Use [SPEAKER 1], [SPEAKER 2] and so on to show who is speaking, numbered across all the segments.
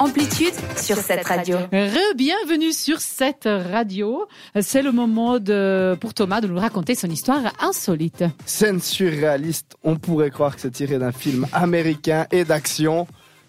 [SPEAKER 1] Amplitude sur cette radio.
[SPEAKER 2] Re-bienvenue sur cette radio. C'est le moment de, pour Thomas de nous raconter son histoire insolite.
[SPEAKER 3] Scène surréaliste, on pourrait croire que c'est tiré d'un film américain et d'action.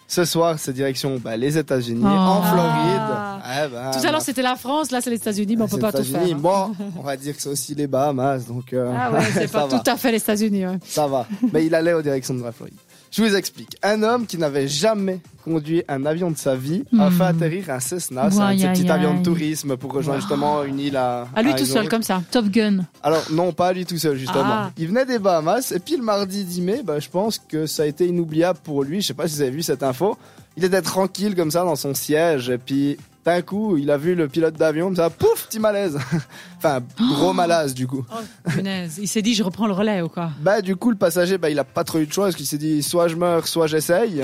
[SPEAKER 3] Ce soir, c'est direction bah, les États-Unis,
[SPEAKER 2] Oh.
[SPEAKER 3] en
[SPEAKER 4] Ah.
[SPEAKER 3] Floride. Eh ben,
[SPEAKER 2] Tout à l'heure, c'était la France, là, c'est les États-Unis, mais on
[SPEAKER 3] Ah, les
[SPEAKER 2] peut pas tout
[SPEAKER 3] États-Unis.
[SPEAKER 2] faire. hein.
[SPEAKER 3] Bon, on va dire que c'est aussi les Bahamas, donc euh,
[SPEAKER 2] Ah ouais, c'est
[SPEAKER 3] ça
[SPEAKER 2] pas
[SPEAKER 3] va.
[SPEAKER 2] tout à fait les États-Unis. ouais.
[SPEAKER 3] Ça va. Mais il allait en direction de la Floride. Je vous explique. Un homme qui n'avait jamais conduit un avion de sa vie a
[SPEAKER 2] Hmm.
[SPEAKER 3] fait atterrir un Cessna, c'est
[SPEAKER 4] Ouai,
[SPEAKER 3] un de ces
[SPEAKER 4] aïe,
[SPEAKER 3] petits avions de
[SPEAKER 4] aïe.
[SPEAKER 3] tourisme pour rejoindre justement une île à.
[SPEAKER 2] À lui
[SPEAKER 3] à
[SPEAKER 2] tout
[SPEAKER 3] une
[SPEAKER 2] seul,
[SPEAKER 3] autre.
[SPEAKER 2] comme ça.
[SPEAKER 4] Top Gun.
[SPEAKER 3] Alors non, pas lui tout seul justement.
[SPEAKER 2] Ah.
[SPEAKER 3] Il venait des Bahamas et puis le mardi 10 mai, bah, je pense que ça a été inoubliable pour lui. Je sais pas si vous avez vu cette info. Il était tranquille comme ça dans son siège et puis d'un coup, il a vu le pilote d'avion comme ça, pouf, petit malaise. enfin, gros malaise du coup.
[SPEAKER 2] Oh, punaise. Il s'est dit, je reprends le relais ou quoi
[SPEAKER 3] Bah du coup, le passager, bah il a pas trop eu de choix parce qu'il s'est dit soit je meurs, soit j'essaye.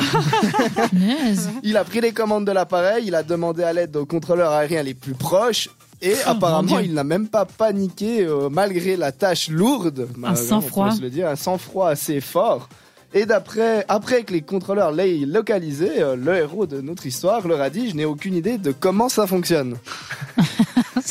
[SPEAKER 4] Punaise.
[SPEAKER 3] il a pris les commandes de l'appareil, il a demandé à l'aide aux contrôleurs aériens les plus proches. Et
[SPEAKER 2] Oh, mon
[SPEAKER 3] apparemment,
[SPEAKER 2] Dieu.
[SPEAKER 3] il n'a même pas paniqué euh, malgré la tâche lourde. Bah, on
[SPEAKER 4] sang-froid.
[SPEAKER 3] pourrait se le dire, un sang-froid assez fort. Et d'après, après que les contrôleurs l'aient localisé, euh, le héros de notre histoire leur a dit :« Je n'ai aucune idée de comment ça fonctionne. »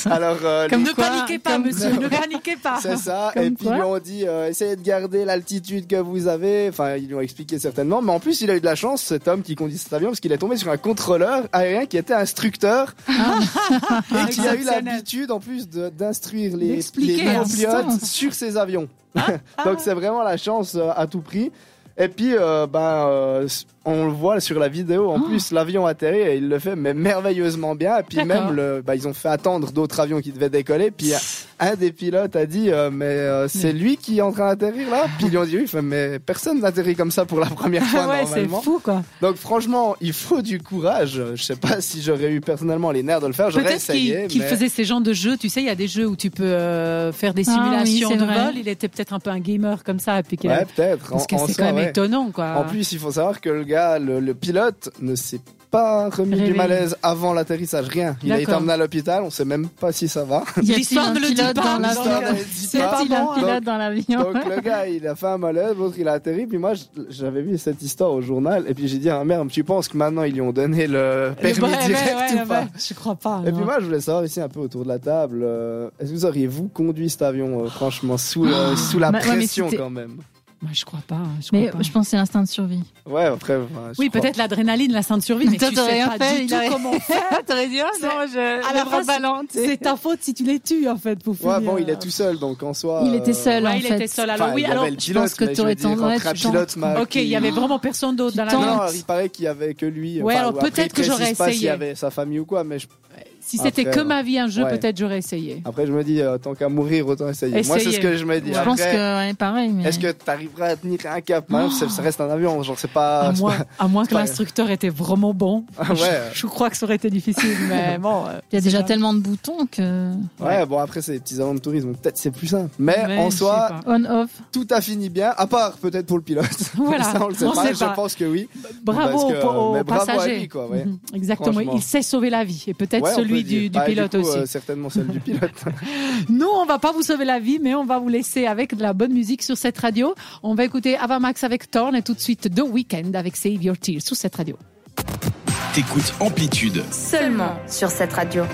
[SPEAKER 3] Alors, euh,
[SPEAKER 2] Comme
[SPEAKER 3] les-
[SPEAKER 2] ne
[SPEAKER 4] quoi,
[SPEAKER 2] paniquez pas,
[SPEAKER 4] comme-
[SPEAKER 2] monsieur, ne paniquez pas.
[SPEAKER 3] c'est ça.
[SPEAKER 4] Comme
[SPEAKER 3] et puis
[SPEAKER 4] quoi.
[SPEAKER 3] ils lui ont dit euh, essayez de garder l'altitude que vous avez. Enfin, ils lui ont expliqué certainement. Mais en plus, il a eu de la chance, cet homme qui conduit cet avion, parce qu'il est tombé sur un contrôleur aérien qui était instructeur
[SPEAKER 2] Ah,
[SPEAKER 3] et qui a eu
[SPEAKER 2] Exceptionnel.
[SPEAKER 3] l'habitude en plus de- d'instruire les,
[SPEAKER 2] D'expliquer Ah,
[SPEAKER 3] les
[SPEAKER 2] à
[SPEAKER 3] nouveaux pilotes
[SPEAKER 4] distance.
[SPEAKER 3] sur ces avions. Donc c'est vraiment la chance euh, à tout prix. Et puis, euh, ben, euh, on le voit sur la vidéo.
[SPEAKER 2] Ah.
[SPEAKER 3] En plus, l'avion atterrit et il le fait mais merveilleusement bien. Et puis
[SPEAKER 2] D'accord.
[SPEAKER 3] même, le, bah, ils ont fait attendre d'autres avions qui devaient décoller. Puis un des pilotes a dit, euh, mais euh, c'est lui qui est en train d'atterrir là. Puis ils lui ont dit, oui, il fait, mais personne n'atterrit comme ça pour la première fois
[SPEAKER 2] Ah ouais, c'est
[SPEAKER 3] normalement.
[SPEAKER 2] fou, quoi.
[SPEAKER 3] Donc franchement, il faut du courage. Je sais pas si j'aurais eu personnellement les nerfs de le faire. J'aurais
[SPEAKER 2] Peut-être qu'il
[SPEAKER 3] essayé.
[SPEAKER 2] qu'il
[SPEAKER 3] mais-
[SPEAKER 2] faisait ces genres de jeux. Tu sais, il y a des jeux où tu peux euh, faire des
[SPEAKER 4] Ah oui,
[SPEAKER 2] simulations
[SPEAKER 4] c'est
[SPEAKER 2] de
[SPEAKER 4] vrai.
[SPEAKER 2] vol. Il était peut-être un peu un gamer comme ça. et puis qu'il a-
[SPEAKER 3] Ouais, peut-être.
[SPEAKER 2] Parce que
[SPEAKER 3] En- en
[SPEAKER 2] c'est
[SPEAKER 3] soi,
[SPEAKER 2] quand même
[SPEAKER 3] ouais.
[SPEAKER 2] étonnant, hein. quoi.
[SPEAKER 3] En plus, il faut savoir que le gars, le, le pilote, ne s'est pas remis
[SPEAKER 4] Réveillé.
[SPEAKER 3] du malaise avant l'atterrissage, rien. Il a été
[SPEAKER 2] D'accord.
[SPEAKER 3] emmené à l'hôpital, on sait même pas si ça va.
[SPEAKER 4] Y a-t-il
[SPEAKER 2] L'histoire
[SPEAKER 4] un
[SPEAKER 2] ne le dit
[SPEAKER 4] pilote
[SPEAKER 2] pas,
[SPEAKER 4] dans
[SPEAKER 2] l'histoire
[SPEAKER 4] l'avion
[SPEAKER 3] ne le dit
[SPEAKER 4] Y
[SPEAKER 2] pas.
[SPEAKER 4] a-t-il un
[SPEAKER 2] Donc-
[SPEAKER 4] pilote dans l'avion
[SPEAKER 3] Donc le gars, il a fait un malaise, l'autre il a atterri, puis moi j- j'avais vu cette histoire au journal, et puis j'ai dit, ah merde, tu penses que maintenant ils lui ont donné le
[SPEAKER 2] Ouais,
[SPEAKER 3] permis
[SPEAKER 2] ouais,
[SPEAKER 3] direct
[SPEAKER 2] ouais,
[SPEAKER 3] ou
[SPEAKER 2] ouais,
[SPEAKER 3] pas
[SPEAKER 2] ouais, Je crois pas.
[SPEAKER 3] Et
[SPEAKER 2] Ah, non.
[SPEAKER 3] puis moi, je voulais savoir ici un peu autour de la table, euh, est-ce que vous auriez-vous conduit cet avion, euh, franchement, sous,
[SPEAKER 2] Ah.
[SPEAKER 3] le- sous la
[SPEAKER 4] Bah, ouais, mais
[SPEAKER 3] pression
[SPEAKER 4] c'était-
[SPEAKER 3] quand même
[SPEAKER 2] Moi, je crois pas. hein, je
[SPEAKER 4] Mais
[SPEAKER 2] crois pas.
[SPEAKER 4] je pense que c'est l'instinct de survie.
[SPEAKER 3] Ouais, après, enfin, je
[SPEAKER 2] Oui,
[SPEAKER 3] crois.
[SPEAKER 2] peut-être l'adrénaline, la ceinture survie, mais
[SPEAKER 4] Toi,
[SPEAKER 2] tu
[SPEAKER 4] t'aurais
[SPEAKER 2] sais pas
[SPEAKER 4] rien fait,
[SPEAKER 2] du
[SPEAKER 4] il
[SPEAKER 2] tout
[SPEAKER 4] aurait-
[SPEAKER 2] comment faire.
[SPEAKER 4] T'aurais dit,
[SPEAKER 2] oh, non,
[SPEAKER 4] je.
[SPEAKER 2] À la les bras fin, C'est ta faute si tu les tues, en fait, pour
[SPEAKER 3] Ouais,
[SPEAKER 2] finir.
[SPEAKER 3] bon, il est tout seul, donc en soi...
[SPEAKER 4] Il était
[SPEAKER 3] euh,
[SPEAKER 4] seul
[SPEAKER 2] Ouais,
[SPEAKER 4] en
[SPEAKER 2] il
[SPEAKER 4] fait.
[SPEAKER 2] était seul. Alors
[SPEAKER 3] Enfin,
[SPEAKER 2] oui,
[SPEAKER 3] il y
[SPEAKER 2] alors.
[SPEAKER 3] avait le pilote,
[SPEAKER 4] pense que
[SPEAKER 3] mais je
[SPEAKER 4] t'aurais
[SPEAKER 3] veux dire,
[SPEAKER 4] tendance,
[SPEAKER 3] entre
[SPEAKER 4] ouais,
[SPEAKER 3] un
[SPEAKER 4] tu tentes.
[SPEAKER 3] pilote m'a-
[SPEAKER 2] Ok, il y avait vraiment personne d'autre dans
[SPEAKER 4] Putain.
[SPEAKER 2] la
[SPEAKER 3] Non, il paraît qu'il y avait que lui.
[SPEAKER 2] Ouais,
[SPEAKER 3] Enfin,
[SPEAKER 2] alors
[SPEAKER 3] après,
[SPEAKER 2] peut-être
[SPEAKER 3] il
[SPEAKER 2] que j'aurais
[SPEAKER 3] précise pas s'il
[SPEAKER 2] essayé.
[SPEAKER 3] y avait sa famille ou quoi, mais je-
[SPEAKER 2] Si c'était
[SPEAKER 3] Après,
[SPEAKER 2] que ma vie un jeu,
[SPEAKER 3] ouais.
[SPEAKER 2] peut-être j'aurais essayé.
[SPEAKER 3] après je me dis, euh, tant qu'à mourir, autant essayer. Moi, c'est
[SPEAKER 2] Essayer.
[SPEAKER 3] ce que je me dis.
[SPEAKER 4] Je pense
[SPEAKER 3] Après,
[SPEAKER 4] que ouais, pareil. Mais...
[SPEAKER 3] Est-ce que t'arriveras à tenir un cap Même si ça reste un avion, genre c'est pas.
[SPEAKER 2] À
[SPEAKER 3] Ah, c'est
[SPEAKER 2] moins, à moins que
[SPEAKER 3] pas-
[SPEAKER 2] l'instructeur était vraiment bon.
[SPEAKER 3] Ah ouais.
[SPEAKER 2] Je, je crois que ça aurait été difficile, mais bon. euh,
[SPEAKER 4] Il y a déjà
[SPEAKER 2] c'est pas-
[SPEAKER 4] tellement de boutons que
[SPEAKER 3] pas- Ouais, bon après c'est des petits avions de tourisme, donc peut-être c'est plus simple. Mais,
[SPEAKER 2] mais
[SPEAKER 3] Eh, en
[SPEAKER 2] je sais
[SPEAKER 3] soi,
[SPEAKER 2] pas.
[SPEAKER 4] on off.
[SPEAKER 3] tout a fini bien, à part peut-être pour le pilote.
[SPEAKER 2] Voilà,
[SPEAKER 3] ça on le sait
[SPEAKER 2] on
[SPEAKER 3] pas,
[SPEAKER 2] sait
[SPEAKER 3] je
[SPEAKER 2] pas.
[SPEAKER 3] pense que oui.
[SPEAKER 2] Bravo
[SPEAKER 3] ben, Parce que,
[SPEAKER 2] au, au
[SPEAKER 3] mais bravo à
[SPEAKER 2] passager.
[SPEAKER 3] lui, quoi, ouais.
[SPEAKER 2] Mhm, Exactement,
[SPEAKER 3] Franchement.
[SPEAKER 2] il sait sauver la vie et peut-être
[SPEAKER 3] Ouais, on peut
[SPEAKER 2] celui
[SPEAKER 3] le dire.
[SPEAKER 2] du, du
[SPEAKER 3] Bah,
[SPEAKER 2] pilote
[SPEAKER 3] coup,
[SPEAKER 2] aussi.
[SPEAKER 3] euh, certainement celle du pilote.
[SPEAKER 2] Nous, on va pas vous sauver la vie, mais on va vous laisser avec de la bonne musique sur cette radio. On va écouter Avamax avec Torn et tout de suite The Weeknd avec Save Your Tears sur cette radio.
[SPEAKER 5] T'écoutes Amplitude.
[SPEAKER 1] Seulement sur cette radio.